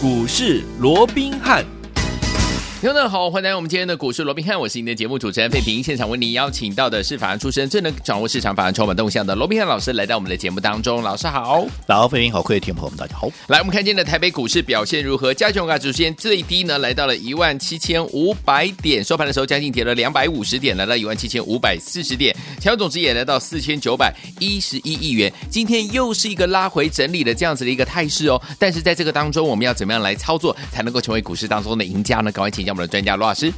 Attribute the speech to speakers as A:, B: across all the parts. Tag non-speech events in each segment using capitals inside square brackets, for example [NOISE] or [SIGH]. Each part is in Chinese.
A: 股市罗宾汉。
B: 听众们好，欢迎来到我们今天的股市罗宾汉，我是你的节目主持人费平。现场为您邀请到的是法案出身、最能掌握市场法案筹码动向的罗宾汉老师，来到我们的节目当中。老师好，
C: 老飞云好，各位听众朋友们，大家好。
B: 来我们看今天的台北股市表现如何？加权股价指数今天最低呢，来到了一万七千五百点，收盘的时候将近跌了两百五十点，来到一万七千五百四十点，成交总值也来到四千九百一十一亿元。今天又是一个拉回整理的这样子的一个态势哦。但是在这个当中，我们要怎么样来操作才能够成为股市当中的赢家呢？赶快请教我们的专家罗老师。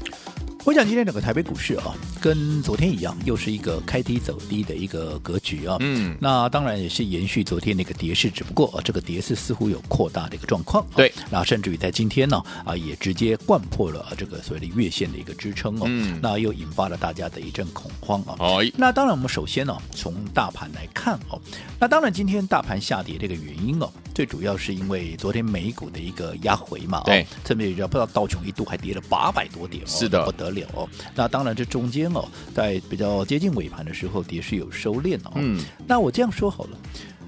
C: 我想今天整个台北股市啊，跟昨天一样，又是一个开低走低的一个格局啊。
B: 嗯，
C: 那当然也是延续昨天那个跌势，只不过、啊、这个跌势似乎有扩大的一个状况、啊。
B: 对，
C: 那甚至于在今天呢，啊，也直接灌破了、啊、这个所谓的月线的一个支撑哦。
B: 嗯
C: 那又引发了大家的一阵恐慌啊。
B: 好，
C: 那当然，我们首先呢、从大盘来看哦，那当然今天大盘下跌这个原因哦，最主要是因为昨天美股的一个压回嘛、哦，
B: 对，
C: 特别要不知道道琼一度还跌了八百多点、哦，
B: 是的
C: 不得了哦。那当然，这中间哦，在比较接近尾盘的时候，跌势有收敛哦。
B: 嗯，
C: 那我这样说好了，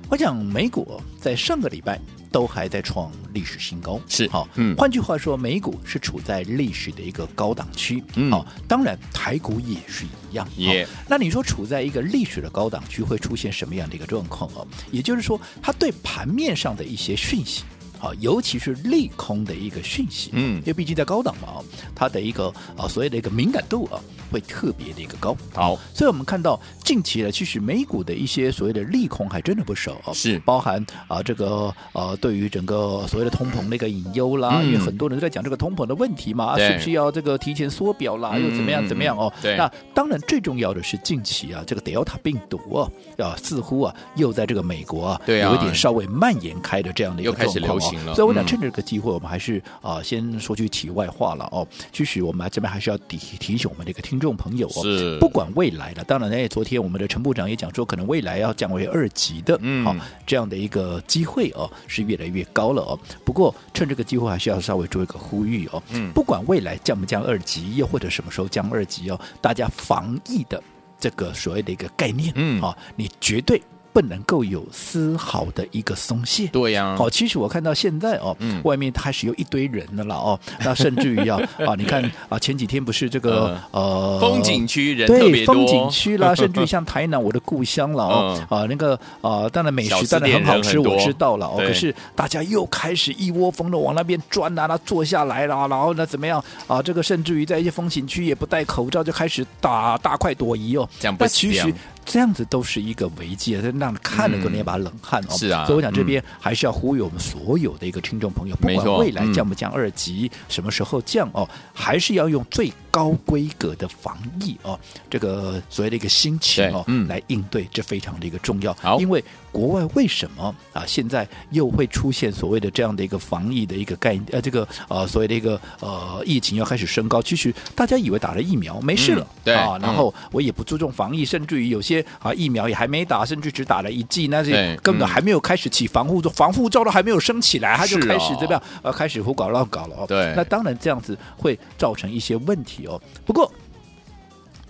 C: 我讲美股哦在上个礼拜都还在创历史新高，
B: 是
C: 好，
B: 嗯
C: 换句话说，美股是处在历史的一个高档区，
B: 嗯
C: 好，当然台股也是一样，
B: 也
C: 好那你说处在一个历史的高档区会出现什么样的一个状况哦？也就是说，它对盘面上的一些讯息。好，尤其是利空的一个讯息，
B: 嗯
C: 因为毕竟在高档嘛，哦它的一个啊所谓的一个敏感度啊，会特别的一个高。
B: 好，
C: 所以我们看到近期呢，啊其实美股的一些所谓的利空还真的不少哦，
B: 是
C: 包含啊这个呃对于整个所谓的通膨的一个隐忧啦，
B: 嗯
C: 因为很多人都在讲这个通膨的问题嘛，啊
B: 对
C: 是不是要这个提前缩表啦，
B: 嗯
C: 又怎么样怎么样哦
B: 嗯嗯？对
C: 那当然最重要的是近期啊这个 Delta 病毒啊啊似乎啊又在这个美国啊
B: 对啊
C: 有一点稍微蔓延开的这样的一个
B: 又开始
C: 状况哦
B: 流行了
C: 所以我想
B: 嗯
C: 趁着这个机会，我们还是啊、先说句题外话了哦，其实我们这边还是要提提醒我们的一个听众朋友哦，
B: 是
C: 不管未来的，当然，哎，昨天我们的陈部长也讲说，可能未来要降为二级的，
B: 嗯
C: 好、这样的一个机会哦，是越来越高了哦。不过趁这个机会，还是要稍微做一个呼吁哦，
B: 嗯
C: 不管未来降不降二级，又或者什么时候降二级哦，大家防疫的这个所谓的一个概念，
B: 嗯
C: 好、你绝对不能够有丝毫的一个松懈，
B: 对呀、
C: 好，其实我看到现在哦，
B: 嗯
C: 外面开始有一堆人的了哦，那甚至
B: [LAUGHS]
C: 于啊啊，你看啊，前几天不是这个呃
B: 风景。区人特
C: 对
B: 别多，嗯
C: 风景区
B: [LAUGHS]
C: 啦，甚至于像台南，我的故乡了哦，啊，那个啊，当然美
B: 小
C: 食
B: 吃
C: 当然
B: 店
C: 很好
B: 人
C: 吃，
B: 很
C: 我
B: 多
C: 知道了哦。
B: 对
C: 可是大家又开始一窝蜂的往那边钻啊，那坐下来啦，然后呢怎么样啊？这个甚至于在一些风景区也不戴口罩，就开始打大快朵颐哦。
B: 这样不
C: 但
B: 行
C: 其实这样子都是一个违纪，让看了都能把冷汗哦。
B: 是啊
C: 所以我想这
B: 嗯
C: 边还是要呼吁我们所有的一个听众朋友，不
B: 没
C: 管
B: 错
C: 未来
B: 嗯
C: 降不降二级，什么时候降哦，还是要用最高规格的防疫哦，这个所谓的一个心情哦
B: 对，嗯
C: 来应对，这非常的一个重要。
B: 好
C: 因为国外为什么啊现在又会出现所谓的这样的一个防疫的一个概念，呃，这个呃所谓的一个呃疫情要开始升高，其实大家以为打了疫苗没事了，
B: 嗯对
C: 啊，
B: 嗯
C: 然后我也不注重防疫，甚至于有些啊疫苗也还没打，甚至只打了一剂，那
B: 对
C: 是根本
B: 嗯
C: 还没有开始起防护罩，防护罩都还没有升起来，他就是开始
B: 哦
C: 这边。呃开始胡搞乱搞了哦。
B: 对
C: 那当然这样子会造成一些问题哦。不过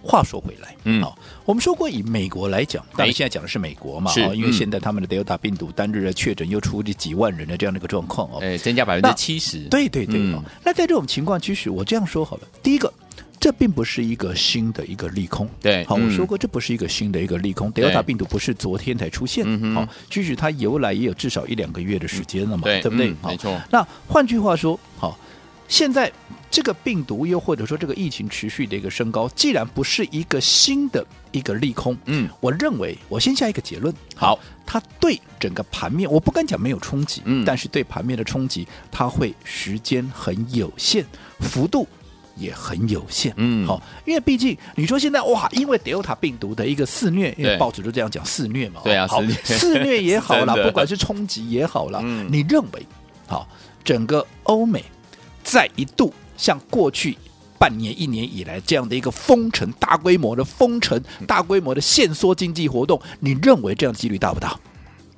C: 话说回来，
B: 嗯哎
C: 哦，我们说过以美国来讲，当然现在讲的是美国嘛，
B: 是
C: 哦，因为
B: 嗯
C: 现在他们的 Delta 病毒单日的确诊又出这几万人的这样的一个状况哦。
B: 哎，增加百分之七十，
C: 对对对、哦
B: 嗯，
C: 那在这种情况，其实我这样说好了，第一个。这并不是一个新的一个利空，
B: 对
C: 好，
B: 嗯
C: 我说过这不是一个新的一个利空
B: 对
C: ，Delta 病毒不是昨天才出现
B: 嗯哼
C: 的，好，其实它由来也有至少一两个月的时间了嘛，
B: 对
C: 不对
B: 嗯？
C: 好
B: 没错，
C: 那换句话说，好，现在这个病毒又或者说这个疫情持续的一个升高，既然不是一个新的一个利空，
B: 嗯，
C: 我认为我先下一个结论，
B: 好，
C: 它对整个盘面，我不敢讲没有冲击，
B: 嗯
C: 但是对盘面的冲击，它会时间很有限，幅度。也很有限，
B: 嗯
C: 好，因为毕竟你说现在哇，因为 Delta 病毒的一个肆虐，因为
B: 对
C: 报纸都这样讲肆虐嘛，
B: 对啊
C: 好
B: 肆虐
C: [LAUGHS] 肆虐也好啦，
B: [LAUGHS] 真的
C: 不管是冲击也好啦，
B: 嗯
C: 你认为好，整个欧美再一度像过去半年、一年以来这样的一个封城、大规模的封城、
B: 嗯
C: 大规模的限缩经济活动，你认为这样几率大不大？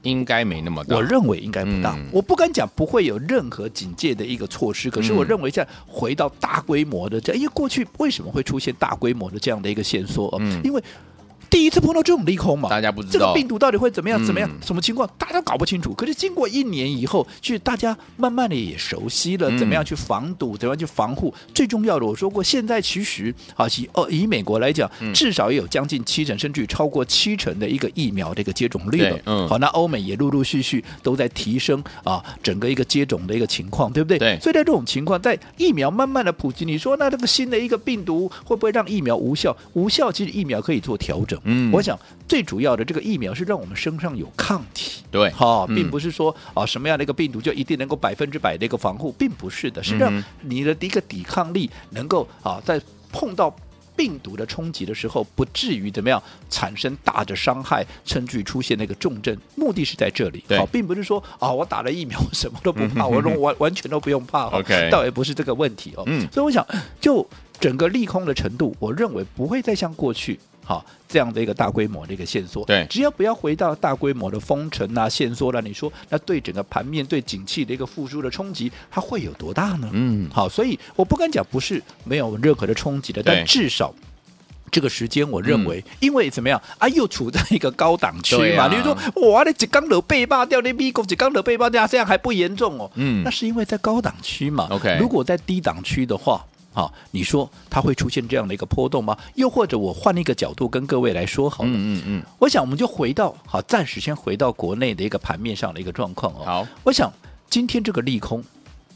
B: 应该没那么高。
C: 我认为应该不大，
B: 嗯
C: 我不敢讲不会有任何警戒的一个措施，可是
B: 嗯
C: 我认为现在回到大规模的这样，因为过去为什么会出现大规模的这样的一个限缩？哦
B: 嗯
C: 因为第一次碰到这种利空嘛，
B: 大家不知道
C: 这个病毒到底会怎么样，
B: 嗯
C: 怎么样，什么情况，大家都搞不清楚。可是经过一年以后，其实大家慢慢的也熟悉了，
B: 嗯
C: 怎么样去防堵，怎么样去防护。最重要的，我说过，现在其实啊，以哦以美国来讲，
B: 嗯
C: 至少也有将近七成，甚至于超过七成的一个疫苗的一个接种率了
B: 对。嗯
C: 好，那欧美也陆陆续续都在提升啊，整个一个接种的一个情况，对不对？
B: 对
C: 所以在这种情况，在疫苗慢慢的普及，你说那这个新的一个病毒会不会让疫苗无效？无效其实疫苗可以做调整。
B: 嗯
C: 我想最主要的这个疫苗是让我们身上有抗体。
B: 对，
C: 好、
B: 嗯
C: 并不是说啊什么样的一个病毒就一定能够百分之百的一个防护，并不是的，是让
B: 嗯
C: 你的一个抵抗力能够啊在碰到。病毒的冲击的时候，不至于怎么样产生大的伤害，甚至于出现那个重症，目的是在这里。
B: 对
C: 好并不是说啊，我打了疫苗，我 [LAUGHS] 什么都不怕，我
B: [LAUGHS]
C: 完完完全都不用怕。哈
B: OK
C: 倒也不是这个问题哦。
B: 嗯
C: 所以我想，就整个利空的程度，我认为不会再像过去好这样的一个大规模的一个限缩。
B: 对
C: 只要不要回到大规模的封城啊、限缩了、你说那对整个盘面、对景气的一个复苏的冲击，它会有多大呢？
B: 嗯，
C: 好，所以我不敢讲不是没有任何的冲击的，
B: 对嗯
C: 但至少。这个时间，我认为，因为怎么样啊，又处在一个高档区
B: 对
C: 嘛。
B: 啊
C: 你就说，哇，那几缸惹被霸掉，那咪狗几缸惹被霸掉，这样还不严重哦。
B: 嗯
C: 那是因为在高档区嘛。
B: OK
C: 如果在低档区的话，好，你说它会出现这样的一个波动吗？又或者我换一个角度跟各位来说好了，
B: 嗯嗯嗯，
C: 我想我们就回到好，暂时先回到国内的一个盘面上的一个状况哦。
B: 好，
C: 我想今天这个利空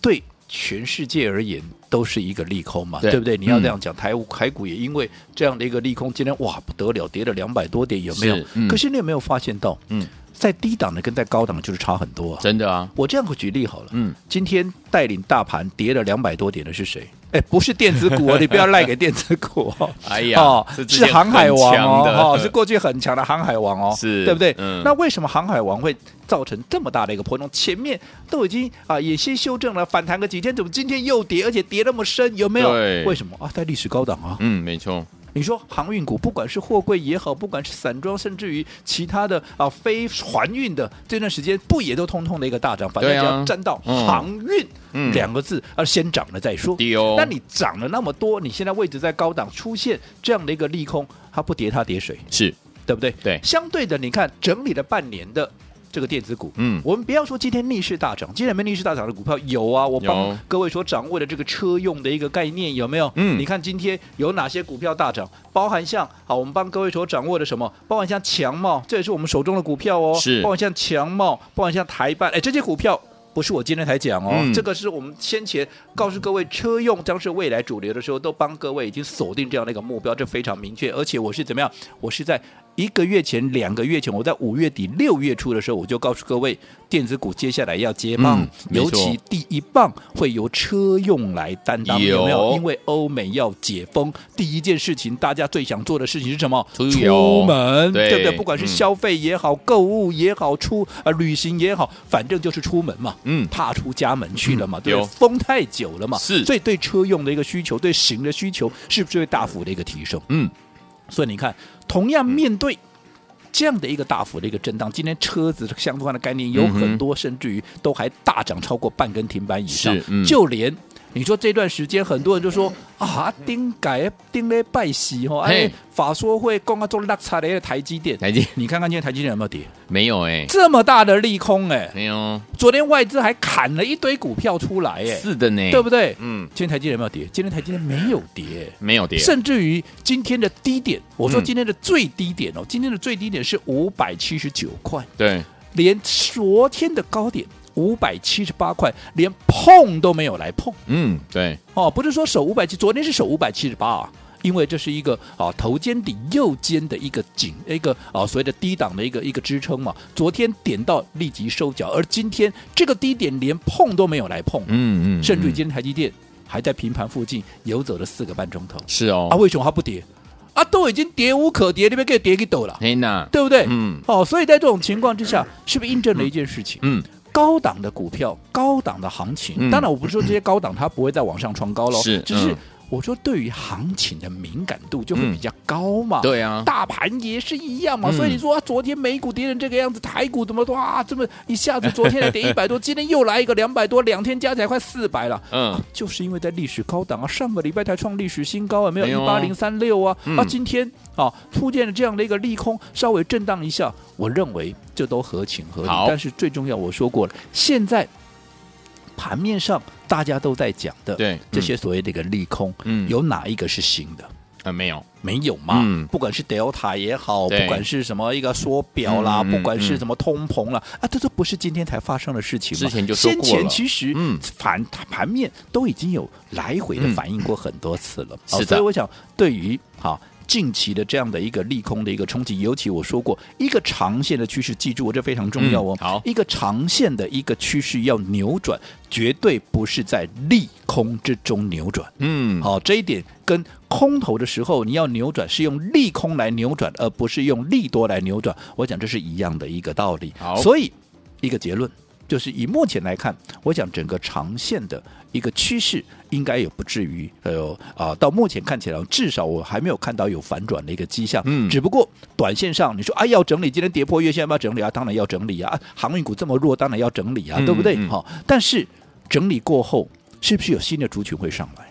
C: 对全世界而言都是一个利空嘛，
B: 对
C: 对不对？你要
B: 嗯
C: 这样讲，台股台股也因为这样的一个利空，今天哇不得了，跌了两百多点，有没有
B: 是？嗯
C: 可是你有没有发现到，
B: 嗯，
C: 在低档的跟在高档就是差很多啊。
B: 真的啊，
C: 我这样举例好了，
B: 嗯，
C: 今天带领大盘跌了两百多点的是谁？哎，不是电子股
B: [LAUGHS]
C: 哦，你不要赖给电子股哦。
B: 哎呀
C: 哦，
B: 是之
C: 是
B: 前
C: 航海王
B: 很强的
C: 哦，哦，是过去很强的航海王哦，
B: [LAUGHS] 是
C: 对不对
B: 嗯？
C: 那为什么航海王会造成这么大的一个波动？前面都已经啊也先修正了，反弹个几天，怎么今天又跌，而且跌那么深，有没有
B: 对？
C: 为什么啊？在历史高档啊，
B: 嗯，没错，
C: 你说航运股，不管是货柜也好，不管是散装，甚至于其他的啊非船运的，这段时间不也都通通的一个大涨？反正
B: 对
C: 只
B: 啊
C: 要沾到
B: 嗯
C: 航运、
B: 嗯
C: 两个字，而先涨了再说。
B: 对哦
C: 那你涨了那么多，你现在位置在高档，出现这样的一个利空，它不跌它跌谁？
B: 是
C: 对不对？
B: 对
C: 相对的，你看整理了半年的这个电子股，
B: 嗯
C: 我们不要说今天逆势大涨，今天有没有逆势大涨的股票有啊，我帮
B: 有
C: 各位所掌握的这个车用的一个概念有没有？
B: 嗯
C: 你看今天有哪些股票大涨？包含像好，我们帮各位所掌握的什么？包含像强茂，这也是我们手中的股票哦。
B: 是
C: 包含像强茂，包含像台办，哎，这些股票。不是我今天才讲哦，
B: 嗯
C: 这个是我们先前告诉各位车用将是未来主流的时候，都帮各位已经锁定这样的一个目标，这非常明确。而且我是怎么样？我是在一个月前、两个月前，我在五月底、六月初的时候，我就告诉各位，电子股接下来要接棒，
B: 嗯没
C: 尤
B: 错
C: 其第一棒会由车用来担当，
B: 有
C: 有没有？因为欧美要解封，第一件事情大家最想做的事情是什么？
B: 出游
C: 出门，
B: 对
C: 不对？不管是
B: 嗯
C: 消费也好，购物也好，出啊、呃旅行也好，反正就是出门嘛。
B: 嗯，
C: 踏出家门去了嘛，
B: 嗯
C: 对不
B: 有
C: 对？封太久了嘛，
B: 是
C: 所以对车用的一个需求，对行的需求，是不是会大幅的一个提升？
B: 嗯，
C: 所以你看，同样面对。这样的一个大幅的一个震荡，今天车子相关的概念有
B: 嗯哼
C: 很多，甚至于都还大涨超过半根停板以上
B: 是。嗯
C: 就连你说这段时间，很多人就说啊，丁改丁嘞拜喜哦，哎
B: 嘿，
C: 法说会刚刚做落差的台积电，
B: 台积
C: 你看看今天台积电有没有跌？
B: 没有哎，
C: 这么大的利空哎、
B: 没有，
C: 昨天外资还砍了一堆股票出来哎、
B: 是的呢，
C: 对不对？
B: 嗯，
C: 今天台积电有没有跌？今天台积电没有跌。
B: 没有跌，
C: 甚至于今天的低点，我说
B: 嗯
C: 今天的最低点哦，今天的最低点是五百七十九块，
B: 对，
C: 连昨天的高点五百七十八块，连碰都没有来碰
B: 嗯，对，
C: 哦，不是说守五百七，昨天是守五百七十八啊。因为这是一个啊头肩底右肩的一个颈一个啊所谓的低档的一个一个支撑嘛，昨天点到立即收脚，而今天这个低点连碰都没有来碰，
B: 嗯嗯，
C: 甚至于
B: 嗯
C: 今天台积电还在平盘附近游走了四个半钟头。
B: 是
C: 啊，
B: 哦，
C: 为什么它不跌？啊，都已经跌无可跌，你边给跌给抖了，
B: 黑娜，
C: 对不对？
B: 嗯
C: 哦，所以在这种情况之下，是不是印证了一件事情？
B: 嗯，
C: 高档的股票，高档的行情，
B: 嗯
C: 当然我不是说这些高档它不会再往上创高喽，
B: 是
C: 只是
B: 嗯
C: 我说对于行情的敏感度就会
B: 嗯
C: 比较高嘛，
B: 对啊
C: 大盘也是一样嘛，
B: 嗯
C: 所以你说、啊昨天美股跌成这个样子，台股怎么哇这么一下子昨天还
B: [LAUGHS]
C: 跌一百多，今天又来一个两百多，两天加起来快四百了。
B: 嗯，
C: 就是因为在历史高档啊，上个礼拜才创历史新高啊，没有
B: 哎呦
C: 一八零三六啊，
B: 嗯
C: 啊，今天啊出现了这样的一个利空，稍微震荡一下，我认为这都合情合理
B: 好。
C: 但是最重要，我说过了，现在盘面上大家都在讲的，
B: 对嗯
C: 这些所谓的一个利空，
B: 嗯
C: 有哪一个是新的？
B: 啊，没有，
C: 没有嘛？
B: 嗯
C: 不管是 Delta 也好，
B: 对
C: 不管是什么一个缩表啦，
B: 嗯嗯
C: 不管是什么通膨啦，啊，这都不是今天才发生的事情嘛。
B: 之前就说过
C: 先
B: 了
C: 前其实
B: 嗯
C: 盘盘面都已经有来回的反映过很多次了。
B: 是的
C: 好所以我想对于好。近期的这样的一个利空的一个冲击，尤其我说过，一个长线的趋势，记住我这非常重要哦。
B: 嗯好
C: 一个长线的一个趋势要扭转，绝对不是在利空之中扭转。
B: 嗯，
C: 好、这一点跟空头的时候你要扭转是用利空来扭转，而不是用利多来扭转。我讲这是一样的一个道理
B: 好。
C: 所以一个结论就是，以目前来看，我讲整个长线的一个趋势应该也不至于呃啊、到目前看起来至少我还没有看到有反转的一个迹象。
B: 嗯
C: 只不过短线上你说啊要整理，今天跌破月线要不要整理啊？当然要整理啊，航运股这么弱，当然要整理啊，
B: 嗯
C: 对不对？
B: 嗯嗯
C: 好、但是整理过后，是不是有新的族群会上来？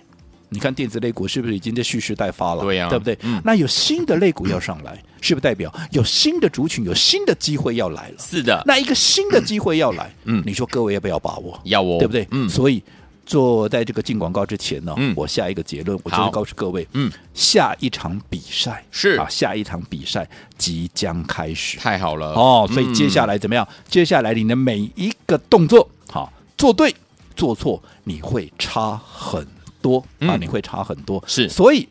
C: 你看电子类股是不是已经在蓄势待发了？
B: 对呀
C: 对不对？
B: 嗯
C: 那有新的类股要上来，是不是代表有新的族群、有新的机会要来了？
B: 是的，
C: 那一个新的机会要来，
B: 嗯
C: 你说各位要不要把握？
B: 要哦，
C: 对不对？
B: 嗯，
C: 所以做在这个进广告之前呢，
B: 嗯
C: 我下一个结论，我就
B: 好
C: 是告诉各位，
B: 嗯，
C: 下一场比赛
B: 是
C: 啊，下一场比赛即将开始
B: 太好了，
C: 哦，所以接下
B: 来
C: 来怎么样？接下来你的每一个动作，好做对做错，你会差很多、啊，
B: 嗯
C: 你会差很多。
B: 是
C: 所以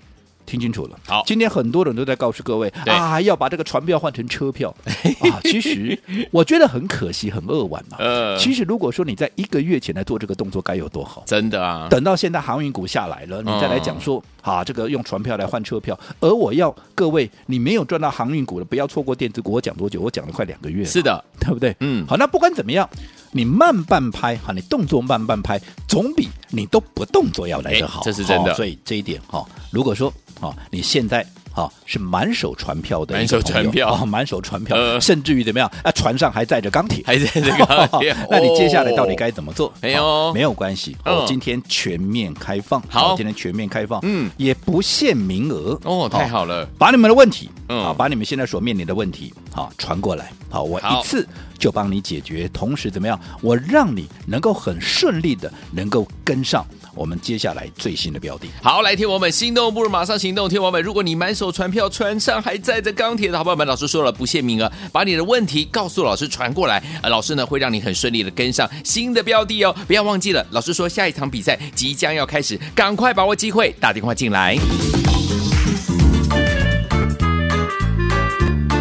C: 听清楚了。
B: 好
C: 今天很多人都在告诉各位
B: 对
C: 啊，要把这个船票换成
B: [LAUGHS]
C: 车票啊。其实我觉得很可惜，很扼腕呐、
B: 呃
C: 其实如果说你在一个月前来做这个动作，该有多好。
B: 真的啊，
C: 等到现在航运股下来
B: 嗯
C: 了，你再来讲说、啊，这个用船票来换车票。而我要各位，你没有赚到航运股的，不要错过电子股。我讲多久？我讲了快两个月了，
B: 是的，
C: 对不对？
B: 嗯
C: 好，那不管怎么样，你慢半拍哈，你动作慢半拍，总比你都不动作要来得好。
B: 哎这是真的
C: 好所以这一点哈、如果说哈、你现在。哈是满手传票的一个
B: 满手
C: 朋友，
B: 传票
C: 哦，满手传票，
B: 呃
C: 甚至于怎么样啊？船上还载着钢铁，
B: 还在
C: [LAUGHS]
B: 这个
C: 哦，
B: 哦 [LAUGHS]
C: 那你接下来到底该怎么做？
B: 哎呦
C: 好没有关系，
B: 嗯
C: 我今天全面开放。
B: 好
C: 今天全面开放，
B: 嗯
C: 也不限名额。
B: 哦，太好了，
C: 把你们的问题，
B: 嗯
C: 啊，把你们现在所面临的问题，好传过来，好，我
B: 好
C: 一次就帮你解决，同时怎么样，我让你能够很顺利的能够跟上我们接下来最新的标的。
B: 好，来，听我们心动不如马上行动。听我们，如果你满手船票，船上还载着钢铁的好朋友们，老师说了不限名额，把你的问题告诉老师传过来，呃，老师呢会让你很顺利的跟上新的标的哦。不要忘记了，老师说下一场比赛即将要开始，赶快把握机会，打电话进来。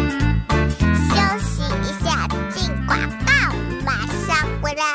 D: 休息一下，进广告，马上回来。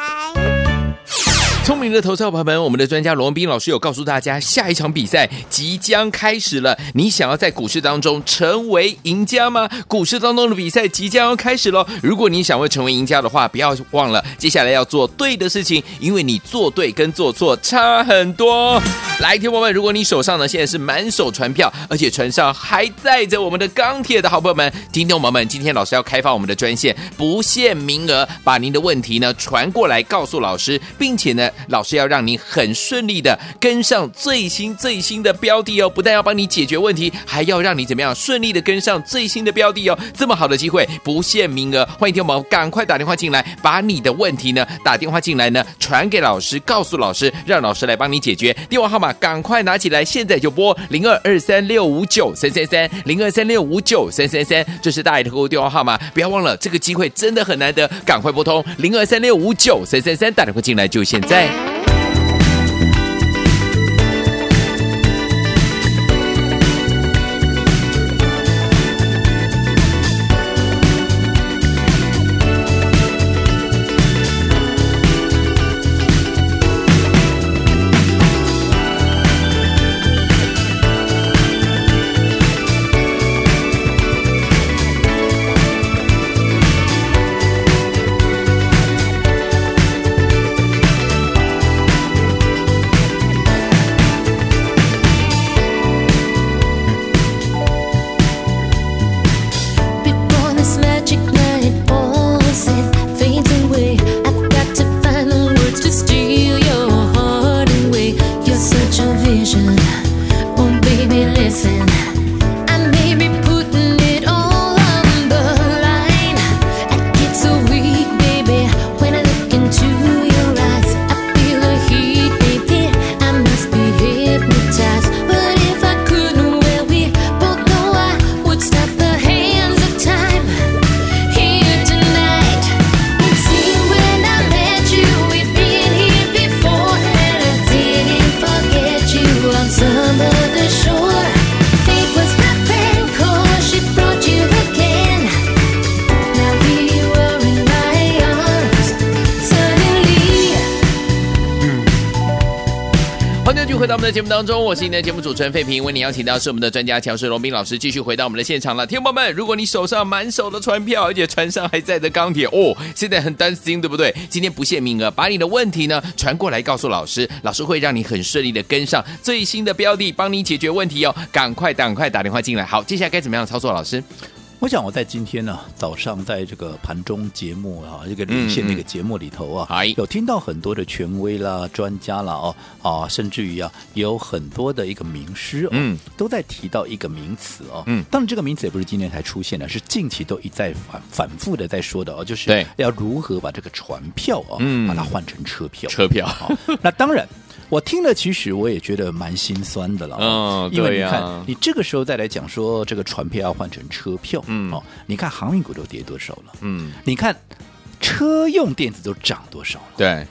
B: 聪明的投资者朋友们，我们的专家罗文斌老师有告诉大家，下一场比赛即将开始了。你想要在股市当中成为赢家吗？股市当中的比赛即将要开始喽！如果你想要成为赢家的话，不要忘了接下来要做对的事情，因为你做对跟做错差很多。来，听众朋友们，如果你手上呢现在是满手船票，而且船上还载着我们的钢铁的好朋友们、听众朋友们，今天老师要开放我们的专线，不限名额，把您的问题呢传过来告诉老师，并且呢，老师要让你很顺利的跟上最新最新的标的哦，不但要帮你解决问题，还要让你怎么样顺利的跟上最新的标的哦。这么好的机会，不限名额，欢迎听众朋友们赶快打电话进来，把你的问题呢打电话进来呢传给老师，告诉老师，让老师来帮你解决。电话号码赶快拿起来，现在就拨零二二三六五九三三三零二三六五九三三三，这是大爱的客户电话号码，不要忘了，这个机会真的很难得，赶快拨通零二三六五九三三三，打电话进来就现在。到我们的节目当中，我是你的节目主持人费平，为你邀请到是我们的专家乔世龙斌老师，继续回到我们的现场了。天宝们，如果你手上满手的船票，而且船上还载着钢铁哦，现在很担心，对不对？今天不限名额，把你的问题呢传过来告诉老师，老师会让你很顺利的跟上最新的标的，帮你解决问题哦。赶快赶快打电话进来。好，接下来该怎么样操作？老师，
C: 我想我在今天呢、早上在这个盘中节目啊，这个连线那个节目里头啊，
B: 嗯嗨
C: 有听到很多的权威啦、专家啦哦啊，甚至于啊，也有很多的一个名师、哦，
B: 嗯，
C: 都在提到一个名词哦，
B: 嗯
C: 当然这个名词也不是今天才出现的，是近期都一再反反复的在说的哦，就是
B: 对
C: 要如何把这个船票哦，
B: 嗯
C: 把它换成车票，哦
B: 车票，
C: 那当然，我听了其实我也觉得蛮心酸的了哦。
B: 嗯
C: 因为你
B: 对
C: 看、
B: 呀
C: 你这个时候再来讲说这个船票要换成车票，
B: 嗯
C: 哦，你看航运股都跌多少了？
B: 嗯，
C: 你看车用电子都涨多少了？
B: 对，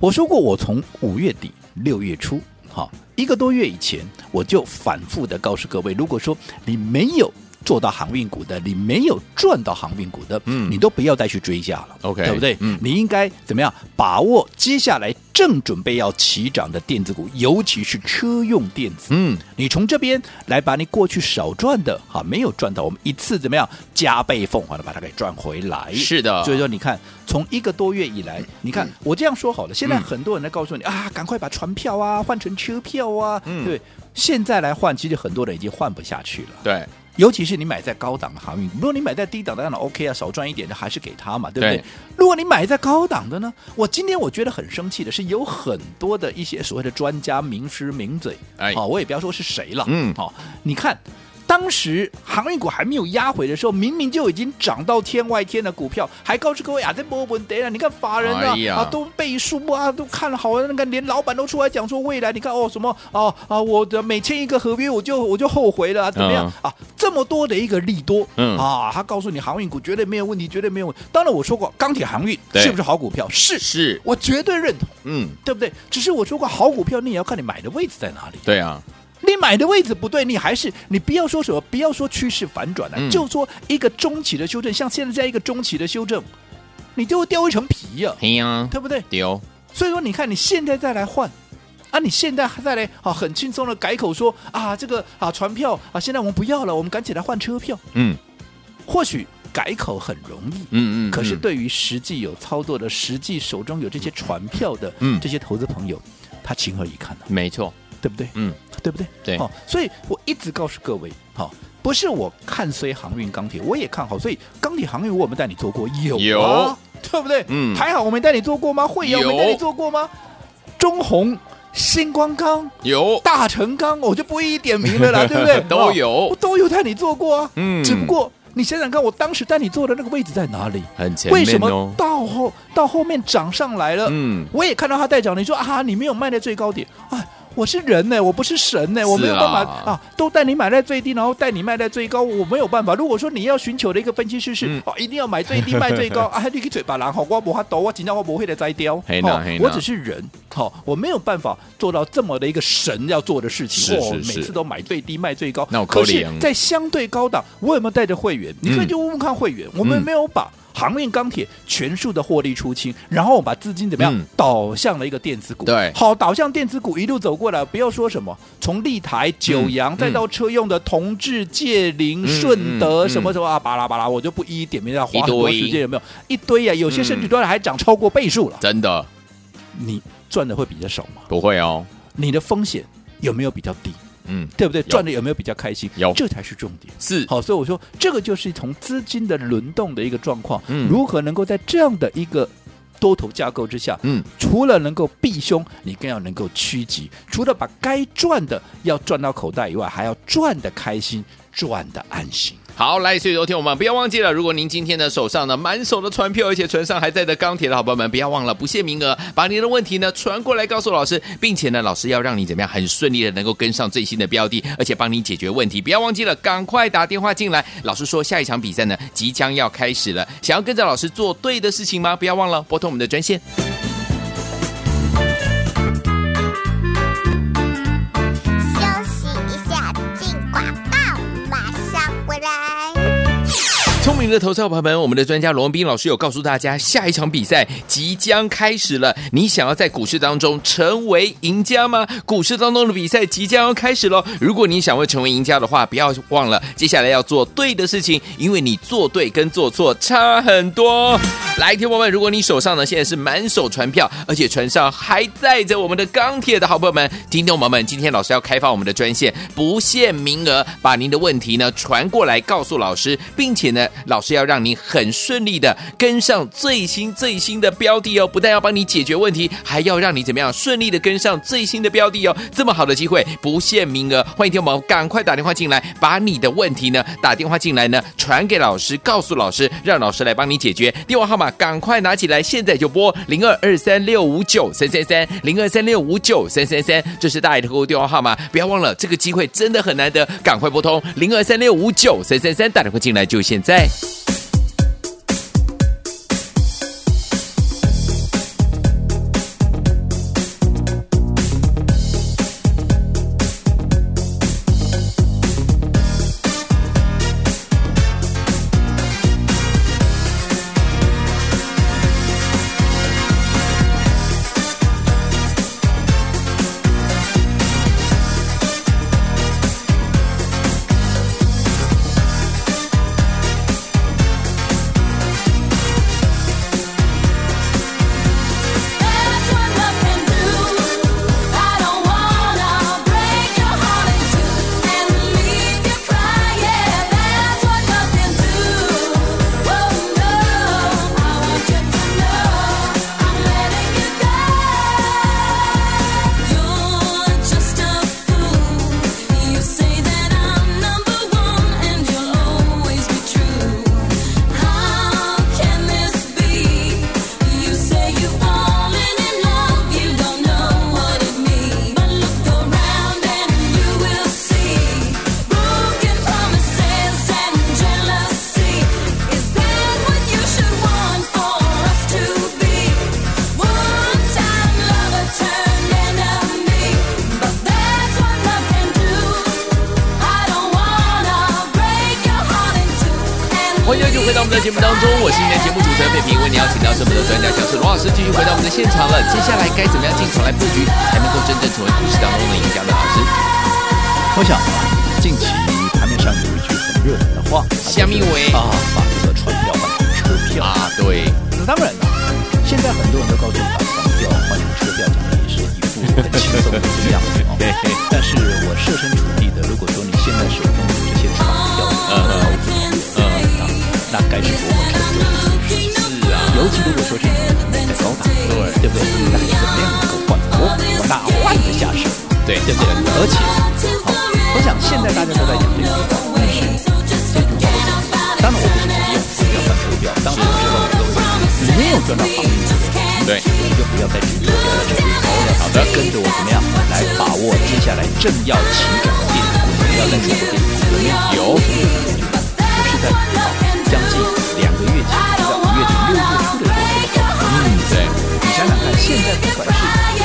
C: 我说过，我从五月底六月初，好、一个多月以前，我就反复的告诉各位，如果说你没有。做到航运股的，你没有赚到航运股的，
B: 嗯
C: 你都不要再去追价了
B: OK，
C: 对不对？
B: 嗯
C: 你应该怎么样把握接下来正准备要起涨的电子股，尤其是车用电子，
B: 嗯，
C: 你从这边来把你过去少赚的哈，没有赚到，我们一次怎么样加倍奉还的把它给赚回来？
B: 是的
C: 哎
B: 嗯
C: 所以说你看，从一个多月以来，你看、我这样说好了，现在很多人在告诉你、啊，赶快把船票啊换成车票啊，
B: 嗯
C: 对，现在来换，其实很多人已经换不下去了。
B: 对，
C: 尤其是你买在高档的航运，如果你买在低档的，当然 OK 啊，少赚一点的还是给他嘛，对不对？
B: 对
C: 如果你买在高档的呢，我今天我觉得很生气的是，有很多的一些所谓的专家、名师、名嘴，
B: 哎
C: 好、我也不要说是谁了，
B: 嗯
C: 好、你看。当时航运股还没有压回的时候，明明就已经涨到天外天的股票，还告诉各位啊，这波稳跌了。你看法人啊、
B: 哎呀
C: 啊都背书啊，都看好了，那个连老板都出来讲说未来，你看哦什么哦啊，我的每签一个合约我就我就后悔了啊、怎么样、啊？这么多的一个利多，
B: 嗯
C: 啊，他告诉你航运股绝对没有问题，绝对没有问题。当然我说过，钢铁航运
B: 对
C: 是不是好股票？是，
B: 是，
C: 我绝对认同，
B: 嗯，
C: 对不对？只是我说过，好股票你也要看你买的位置在哪里。
B: 对啊，
C: 你买的位置不对，你还是你不要说什么，不要说趋势反转了、啊
B: 嗯
C: 就说一个中期的修正，像现在这样一个中期的修正，你就会掉一层皮呀、
B: 嘿呀，
C: 对不对？
B: 丢，
C: 所以说，你看你现在再来换。啊！你现在再来啊，很轻松的改口说啊，这个啊船票啊，现在我们不要了，我们赶紧来换车票。
B: 嗯
C: 或许改口很容易，
B: 嗯嗯，
C: 可是
B: 嗯，
C: 对于实际有操作的、实际手中有这些船票的、
B: 嗯
C: 这些投资朋友，他情何以堪呢、
B: 没错，
C: 对不对？
B: 嗯，
C: 对不对？
B: 对
C: 好、所以我一直告诉各位，好、不是我看衰航运钢铁，我也看好，所以钢铁航运我们带你做过有啊
B: 有
C: 对不对？
B: 嗯
C: 台好我没带你做过吗？惠阳我
B: 有
C: 没带你做过吗？中红、星光钢、
B: 有，
C: 大成钢，我就不一一点名了
B: [LAUGHS]
C: 啦，对不对？
B: 都有
C: 哦我都有带你做过啊。
B: 嗯
C: 只不过你想想看，我当时带你做的那个位置在哪里？
B: 很前
C: 为什
B: 面
C: 么
B: 哦，
C: 到后到后面涨上来了？
B: 嗯，
C: 我也看到它在涨，你说啊，你没有卖在最高点，哎。我是人呢、我不是神呢、我没有办法
B: 是啊
C: 啊，都带你买在最低，然后带你卖在最高，我没有办法。如果说你要寻求的一个分析师是、
B: 嗯
C: 哦，一定要买最低卖
B: [LAUGHS]
C: 最高啊，你个嘴巴狼好，我不法抖，我紧张我不会的摘雕，
B: 嘿呐
C: 哦
B: 嘿呐
C: 我只是人，好、我没有办法做到这么的一个神要做的事情，
B: 是
C: 哦
B: 是是
C: 每次都买最低卖最高，
B: 那我
C: 可
B: 可
C: 是
B: 怜，
C: 在相对高档，我有没有带着会员？你可以
B: 嗯
C: 去问问看会员，我们
B: 嗯
C: 没有把航运、钢铁全数的获利出清，然后我把资金怎么样、
B: 嗯
C: 导向了一个电子股？
B: 对
C: 好，导向电子股一路走过来，不要说什么从立台、九阳，
B: 嗯
C: 再到车用的同志、界林、
B: 嗯
C: 顺德、
B: 嗯
C: 什么什么啊，巴拉巴拉，我就不一一点名了，花
B: 一
C: 很
B: 堆
C: 多时间有没有一堆呀、有些甚至都还涨超过倍数了，
B: 真的嗯
C: 你赚的会比较少吗？
B: 不会哦，
C: 你的风险有没有比较低？
B: 嗯，
C: 对不对？赚的有没有比较开心？
B: 有
C: 这才是重点。
B: 是，
C: 好，所以我说这个就是从资金的轮动的一个状况，
B: 嗯
C: 如何能够在这样的一个多头架构之下，
B: 嗯，
C: 除了能够避凶，你更要能够趋吉，除了把该赚的要赚到口袋以外，还要赚的开心，赚的安心。
B: 好，来，所以昨天我们不要忘记了，如果您今天呢手上呢满手的船票，而且船上还在的钢铁的好朋友们，不要忘了不限名额，把您的问题呢传过来告诉老师，并且呢老师要让你怎么样很顺利的能够跟上最新的标的，而且帮你解决问题，不要忘记了，赶快打电话进来。老师说下一场比赛呢即将要开始了，想要跟着老师做对的事情吗？不要忘了拨通我们的专线。
D: 休息一下，进广告，马上回来。
B: 聪明的投资者朋友们，我们的专家罗文斌老师有告诉大家，下一场比赛即将开始了。你想要在股市当中成为赢家吗？股市当中的比赛即将要开始喽！如果你想要成为赢家的话，不要忘了接下来要做对的事情，因为你做对跟做错差很多。来，听众朋友们，如果你手上呢现在是满手船票，而且船上还载着我们的钢铁的好朋友们、听众朋友们，今天老师要开放我们的专线，不限名额，把您的问题呢传过来告诉老师，并且呢，老师要让您很顺利的跟上最新最新的标的哦，不但要帮你解决问题，还要让你怎么样顺利的跟上最新的标的哦。这么好的机会，不限名额，欢迎听我们赶快打电话进来，把你的问题呢打电话进来呢传给老师，告诉老师，让老师来帮你解决。电话号码赶快拿起来，现在就拨零二二三六五九三三三零二三六五九三三三，这是大爱的客户电话号码，不要忘了，这个机会真的很难得，赶快拨通零二三六五九三三三，打电话进来就现在。
E: That's what love can do. I don't wanna break your heart in two and leave you crying. That's what love can do. Oh no, I want you to know I'm letting you go. You're just a fool. You say that I'm number one and you'll always be true. How can this be? You say you fallen in love, you don't know what it means. But look around and you will see broken promises and jealousy. Is that what you should want for us to be? One-time lover turned enemy, but that's what love can do. I don't wanna break your heart in two and
B: 欢
E: 欢
B: 迎
E: 迎
B: 继
E: 继
B: 续回到我们的节目当中我是今天的节目主持人费平，为你邀请到是我们的专家教授罗老师继续回到我们的现场了接下来该怎么样进场来布局才能够真正成为股市当中的赢家的
E: 续回到我们的节目当中，，我是今天节目主持人费平，为你邀请到是我们的专家教授罗老师，继续回到我们的现场了。。接下来该怎么样进场来布局，才能够真正成为股市当中的赢家
B: 老师
E: 的老师？？
C: 我想啊，近期盘面上有一句很热门的话，
B: 虾米尾
C: 啊，把这个船票换成车票
B: 啊？对，
C: 那当然了，现在很多人都告诉我，把船票换成车票，讲的也是一副很轻松的一个样子
B: [LAUGHS]
C: 哦。
B: 对
C: 但是我设身处地的，如果说你现在手中有这些船票，
B: 呃嗯
C: 那该是多么沉重。
E: 是啊，
C: 尤其如果说是你在高档，
B: 对
C: 对不对？那你怎么样能够换？我我那换得下手，
B: 对
C: 对不对？而且，好，我想现在大家都在讲这个地方，但是当然我不是同意要换车票，当然我是认为各位，你没有赚到行情的钱，
B: 对，
C: 你就不要再去做这样的事情。好的，跟着我怎么样来把握接下来正要起涨的电子股？不要再错过电子股，
B: 有
C: 我是在将近两个月前，在五月底六月初的时候。
B: 嗯，对，
C: 你想想看，现在不管是啊，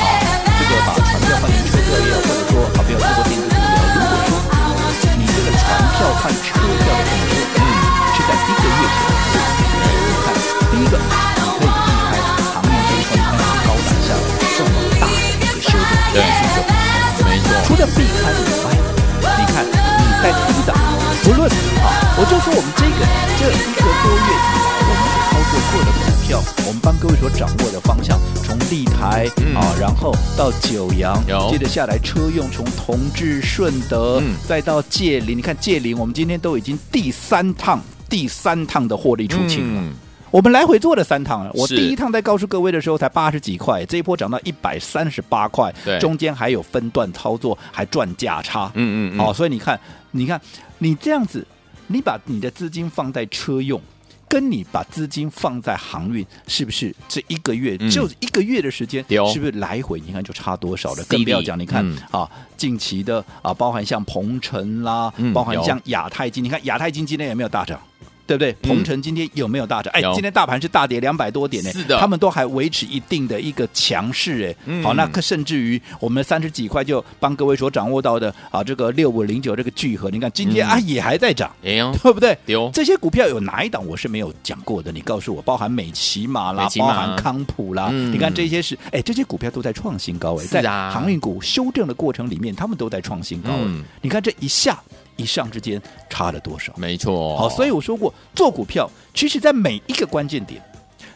C: 这个把船票换成车票也好，或者说啊，不要通过电子股也好，如果说你这个船票换车票的动作，嗯，是在一个月前做的，你看，第一个，你可以避开行业这一块你看从高档下来这么大的一个修正，
B: 对
C: 是不是？
B: 没错。
C: 除了避开以外，你看你在低档，不论啊，我就说我们这个这一个多月以来，我们所操作过的股票，我们帮各位所掌握的方向，从立台、
B: 嗯
C: 啊，然后到九阳
B: 有，
C: 接着下来车用，从同志、顺德，
B: 嗯
C: 再到界林，你看界林，我们今天都已经第三趟。第三趟的获利出清了，
B: 嗯，
C: 我们来回做了三趟了。我
B: 是
C: 第一趟在告诉各位的时候才八十几块，这一波涨到一百三十八块
B: 对，
C: 中间还有分段操作，还赚价差。
B: 嗯嗯嗯，
C: 哦，所以你看，你看，你这样子，你把你的资金放在车用，跟你把资金放在航运，是不是这一个月、
B: 嗯
C: 就一个月的时间
B: 对哦，
C: 是不是来回你看就差多少了？
B: 犀利
C: 更不要讲，你看、
B: 嗯
C: 啊，近期的啊，包含像鹏程啦，
B: 嗯
C: 包含
B: 有
C: 像亚太金，你看亚太金今天有没有大涨？对不对？
B: 嗯
C: 鹏程今天有没有大涨？哎
B: 有，
C: 今天大盘是大跌两百多点呢，
B: 是的
C: 他们都还维持一定的一个强势
B: 嗯
C: 哎。好，那可甚至于我们三十几块就帮各位所掌握到的啊，这个六五零九这个聚合，你看今天
B: 嗯
C: 啊也还在涨。
B: 哎呦，
C: 对不对？
B: 有
C: 这些股票有哪一档我是没有讲过的？你告诉我，包含美骑马啦
B: 美，骑
C: 包
B: 马
C: 含康普啦，
B: 嗯
C: 你看这些是，哎，这些股票都在创新高哎，
B: 是
C: 在
B: 啊
C: 航运股修正的过程里面，他们都在创新高哎
B: 嗯
C: 你看这一下一上之间差了多少？
B: 没错，
C: 好，所以我说过，做股票其实在每一个关键点，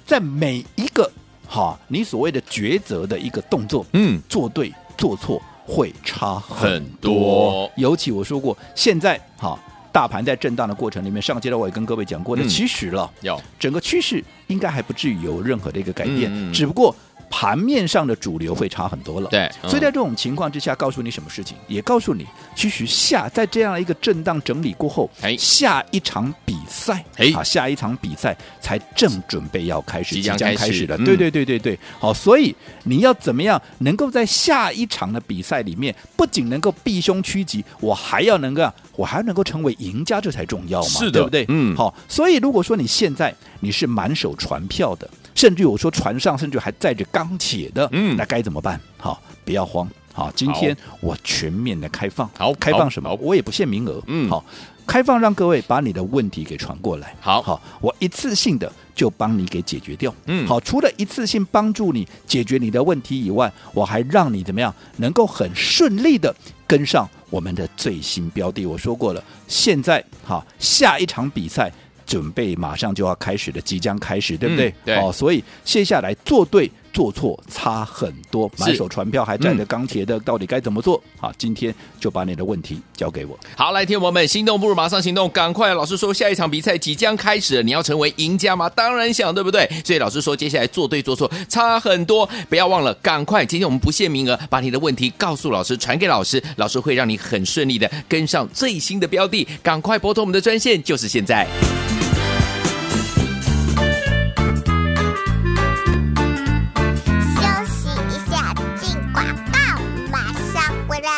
C: 在每一个哈你所谓的抉择的一个动作，
B: 嗯，
C: 做对做错会差很
B: 很
C: 多。
B: 多
C: 尤其我说过，现在哈大盘在震荡的过程里面，上阶段我也跟各位讲过的，
B: 嗯
C: 其实了，
B: 有
C: 整个趋势应该还不至于有任何的一个改变，
B: 嗯嗯嗯
C: 只不过。盘面上的主流会差很多了，
B: 对嗯
C: 所以在这种情况之下，告诉你什么事情，也告诉你，其实下在这样一个震荡整理过后，
B: 哎
C: 下一场比赛，
B: 哎
C: 啊，下一场比赛才正准备要开始，
B: 即
C: 即
B: 将
C: 将
B: 开
C: 开
B: 始
C: 始了，
B: 嗯
C: 对对对对对，好，所以你要怎么样能够在下一场的比赛里面，不仅能够避凶趋吉，我还要能够，我还能够成为赢家，这才重要嘛，
B: 是的
C: 对不对？
B: 嗯
C: 好，所以如果说你现在你是满手船票的，甚至我说船上甚至还载着钢铁的，
B: 嗯
C: 那该怎么办？好，不要慌，好，今天我全面的开放，
B: 好
C: 开
B: 好
C: 放什么
B: 好？
C: 我也不限名额，
B: 嗯
C: 好，开放让各位把你的问题给传过来，
B: 好
C: 好，我一次性的就帮你给解决掉，
B: 嗯
C: 好，除了一次性帮助你解决你的问题以外，我还让你怎么样能够很顺利的跟上我们的最新标的。我说过了，现在好，下一场比赛。准备马上就要开始的，即将开始，对不对？
B: 嗯对
C: 哦，所以接下来做对做错差很多，
B: 是嗯
C: 满手船票还载着钢铁的，到底该怎么做？好，今天就把你的问题交给我。
B: 好，来，听众朋友们，心动不如马上行动，赶快！老师说，下一场比赛即将开始了，你要成为赢家吗？当然想，对不对？所以老师说，接下来做对做错差很多，不要忘了，赶快！今天我们不限名额，把你的问题告诉老师，传给老师，老师会让你很顺利的跟上最新的标的，赶快拨通我们的专线，就是现在。
D: 休息一下，进广告，马上回来。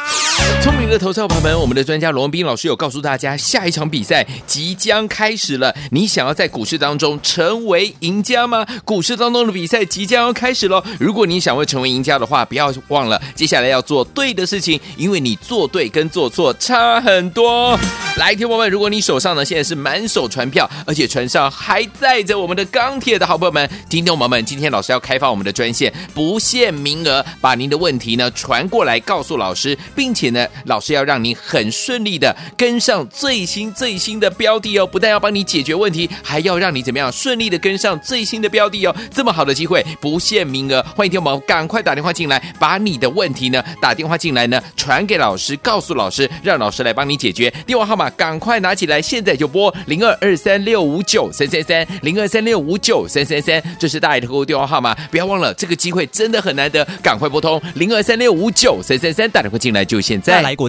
B: 聪明的投资者朋友们，我们的专家罗文斌老师有告诉大家，下一场比赛即将开始了。你想要在股市当中成为赢家吗？股市当中的比赛即将要开始喽！如果你想要成为赢家的话，不要忘了接下来要做对的事情，因为你做对跟做错差很多。来，听众朋友们，如果你手上呢现在是满手船票，而且船上还载着我们的钢铁的好朋友们、听众朋友们，今天老师要开放我们的专线，不限名额，把您的问题呢传过来告诉老师，并且呢，老师要让你很顺利的跟上最新最新的标的哦，不但要帮你解决问题，还要让你怎么样顺利的跟上最新的标的哦。这么好的机会，不限名额，欢迎听我们赶快打电话进来，把你的问题呢打电话进来呢，传给老师，告诉老师，让老师来帮你解决。电话号码赶快拿起来，现在就拨零二二三六五九三三三零二三六五九三三三，这是大爱的客户电话号码，不要忘了，这个机会真的很难得，赶快拨通零二三六五九三三三，打电话进来就现在
F: 再。来国